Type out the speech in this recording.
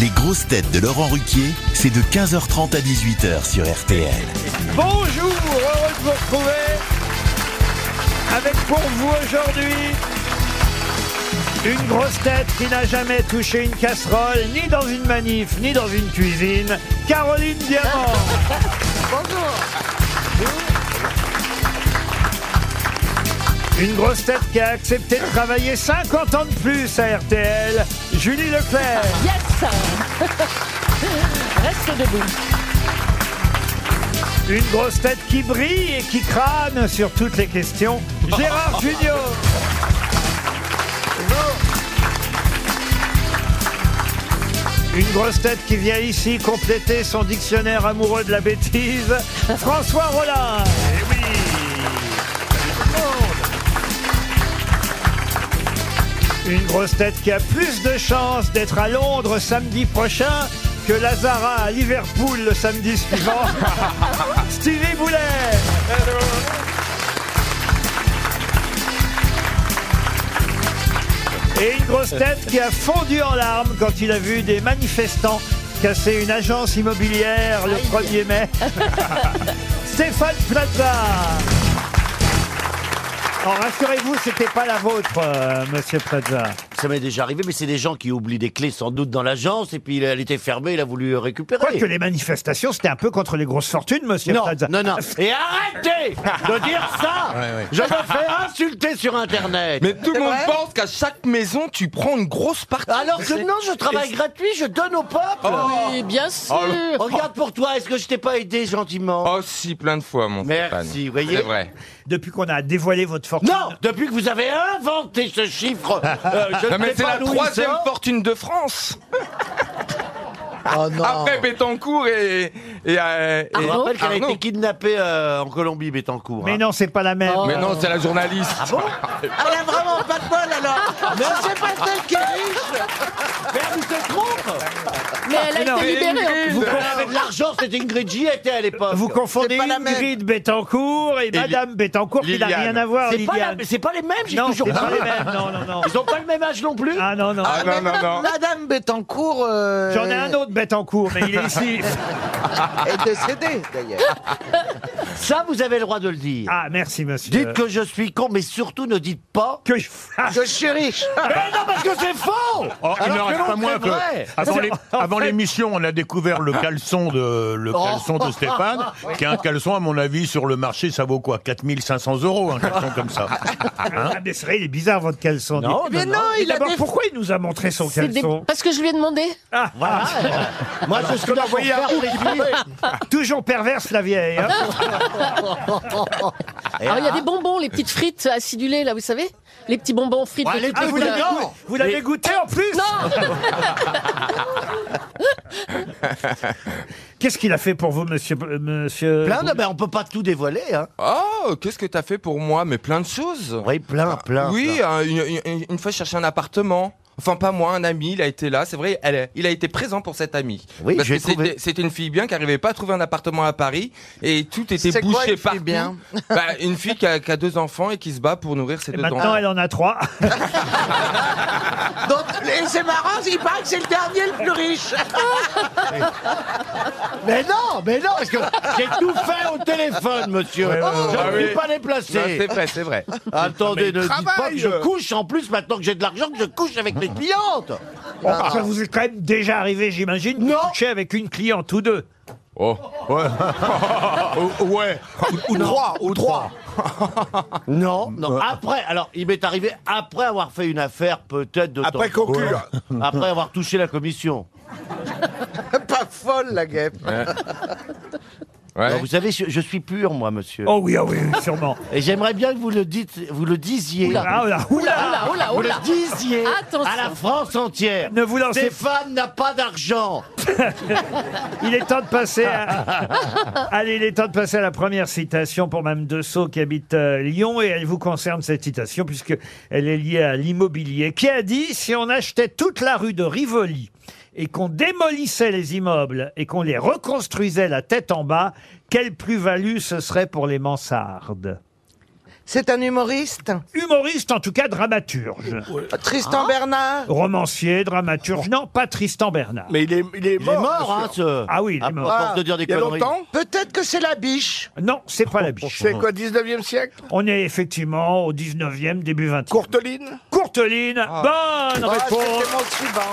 Les grosses têtes de Laurent Ruquier, c'est de 15h30 à 18h sur RTL. Bonjour, heureux de vous retrouver avec pour vous aujourd'hui une grosse tête qui n'a jamais touché une casserole, ni dans une manif, ni dans une cuisine, Caroline Diamant. Bonjour. Une grosse tête qui a accepté de travailler 50 ans de plus à RTL, Julie Leclerc. Yes. Reste debout. Une grosse tête qui brille et qui crâne sur toutes les questions, Gérard Junior. Une grosse tête qui vient ici compléter son dictionnaire amoureux de la bêtise, François Rollin. Une grosse tête qui a plus de chances d'être à Londres samedi prochain que Lazara à Liverpool le samedi suivant, Stevie Boulet. Et une grosse tête qui a fondu en larmes quand il a vu des manifestants casser une agence immobilière le 1er mai. Stéphane Plaza. Alors rassurez-vous, c'était pas la vôtre, euh, monsieur Plaza. Ça m'est déjà arrivé, mais c'est des gens qui oublient des clés sans doute dans l'agence et puis elle était fermée, il a voulu récupérer. Quoique les manifestations, c'était un peu contre les grosses fortunes, monsieur non, Plaza. non, non. Et arrêtez de dire ça Je me fais insulter sur Internet Mais tout le monde vrai pense qu'à chaque maison, tu prends une grosse partie. Alors que non, je travaille gratuit, je donne au peuple Oui, bien sûr. Oh, le- Regarde pour toi, est-ce que je t'ai pas aidé gentiment Oh si, plein de fois, mon Merci, Stéphane. vous voyez. C'est vrai. Depuis qu'on a dévoilé votre fortune. Non Depuis que vous avez inventé ce chiffre, euh, je ne Non mais sais c'est pas la d'où il troisième sort. fortune de France Après Bettencourt et... et, euh, et- Je vous rappelle qu'elle a Arnaud. été kidnappée euh, en Colombie, Bettencourt. Mais hein. non, c'est pas la même. Mais non, c'est la journaliste Elle a vraiment pas de bol alors Mais c'est pas celle qui est riche Mais elle se trompe Mais elle Non, a été mais libérée. Vous comprenez avec de l'argent, c'était Ingrid G était à l'époque. Vous confondez C'est pas la même. Ingrid Bettencourt et, Li- Madame Bettencourt qui n'a Liliane. rien à voir, C'est pas, la- Liliane. c'est pas les mêmes, j'ai non, toujours c'est pas dit. les mêmes. Non, non, non. Ils ont pas le même âge non plus Ah non, non. Ah non, non, non Madame Bettencourt euh, J'en ai un autre Bettencourt, mais il est ici. est décédée d'ailleurs. Ça, vous avez le droit de le dire. Ah, merci, monsieur. Dites que je suis con, mais surtout ne dites pas. que je Je suis riche. Mais non, parce que c'est faux Oh, il Alors que n'en reste pas l'autre moins est que vrai. avant les- avant l'émission, on a découvert le caleçon de le Oh. caleçon de Stéphane, qui est un caleçon à mon avis sur le marché, ça vaut quoi 4500 euros un caleçon comme ça. Ah, mais c'est vrai, il est bizarre votre caleçon. Non, Dites- Mais non, Et il a d'abord, des- pourquoi il nous a montré son C'est des- caleçon Parce que je lui ai demandé. Voilà. Moi, je suis là pour faire plaisir. Toujours perverse, la vieille. hein. Alors, il y a des bonbons, les petites frites acidulées, là, vous savez Les petits bonbons frites. Ouais, de les toutes Ah, les vous couleurs. l'avez Non. vous l'avez goûté en plus Non Qu'est-ce qu'il a fait pour vous, monsieur euh, monsieur Plein de- ben, on peut pas tout dévoiler. Hein. Oh, qu'est-ce que t'as fait pour moi Mais plein de choses Oui, plein, plein. Oui, plein. euh, une, une- une fois je cherchais un appartement. Enfin, pas moi, un ami, il a été là. C'est vrai, elle- il a été présent pour cette amie. Oui, Parce j'ai que c'était- trouvé. C'était une fille bien qui n'arrivait pas à trouver un appartement à Paris et tout était C'est bouché quoi, une fille partout. bien Bah, une fille qui a, qui a deux enfants et qui se bat pour nourrir ses Et deux maintenant, enfants. elle en a trois. Donc, et c'est marrant, il paraît que c'est le dernier le plus riche. Mais non, mais non, parce que j'ai tout fait au téléphone, monsieur. Ouais, ouais, je ouais. ne suis Ah oui. pas Non, déplacé. C'est vrai, c'est vrai. Attendez, ne dites pas travaille. que je couche en plus maintenant que j'ai de l'argent, que je couche avec mes clientes. Oh, ça vous est quand même déjà arrivé, j'imagine, de Non. coucher avec une cliente ou deux. Oh. Ou- ouais. Ou trois, ou trois. non, non. Après, alors, il m'est arrivé après avoir fait une affaire peut-être de Après temps en temps. conclure. Après avoir touché la commission. Pas folle la guêpe. Ouais. Alors, vous savez, je, je suis pur, moi, monsieur. Oh oui, oh oui, oui, sûrement. Et j'aimerais bien que vous le dites, vous le disiez. Ah, oh là, oula. Oula, oula, Vous le oula disiez Attention. à la France entière. Ne vous lancez Stéphane n'a pas d'argent. Il est temps de passer à... Allez, il est temps de passer à la première citation pour Mme Dessau qui habite euh, Lyon et elle vous concerne cette citation puisque elle est liée à l'immobilier qui a dit si on achetait toute la rue de Rivoli et qu'on démolissait les immeubles et qu'on les reconstruisait la tête en bas, quelle plus-value ce serait pour les mansardes C'est un humoriste Humoriste, en tout cas dramaturge. Tristan Bernard Romancier, dramaturge. Non, pas Tristan Bernard. Mais il est, il est mort. hein, ce. Ah oui, il est À mort. force de dire des conneries. Peut-être que c'est la biche. Non, c'est pas la biche. C'est quoi, 19e siècle On est effectivement au 19e, début 20e. Courteline Courteline, bonne Ah, réponse C'était mon suivant.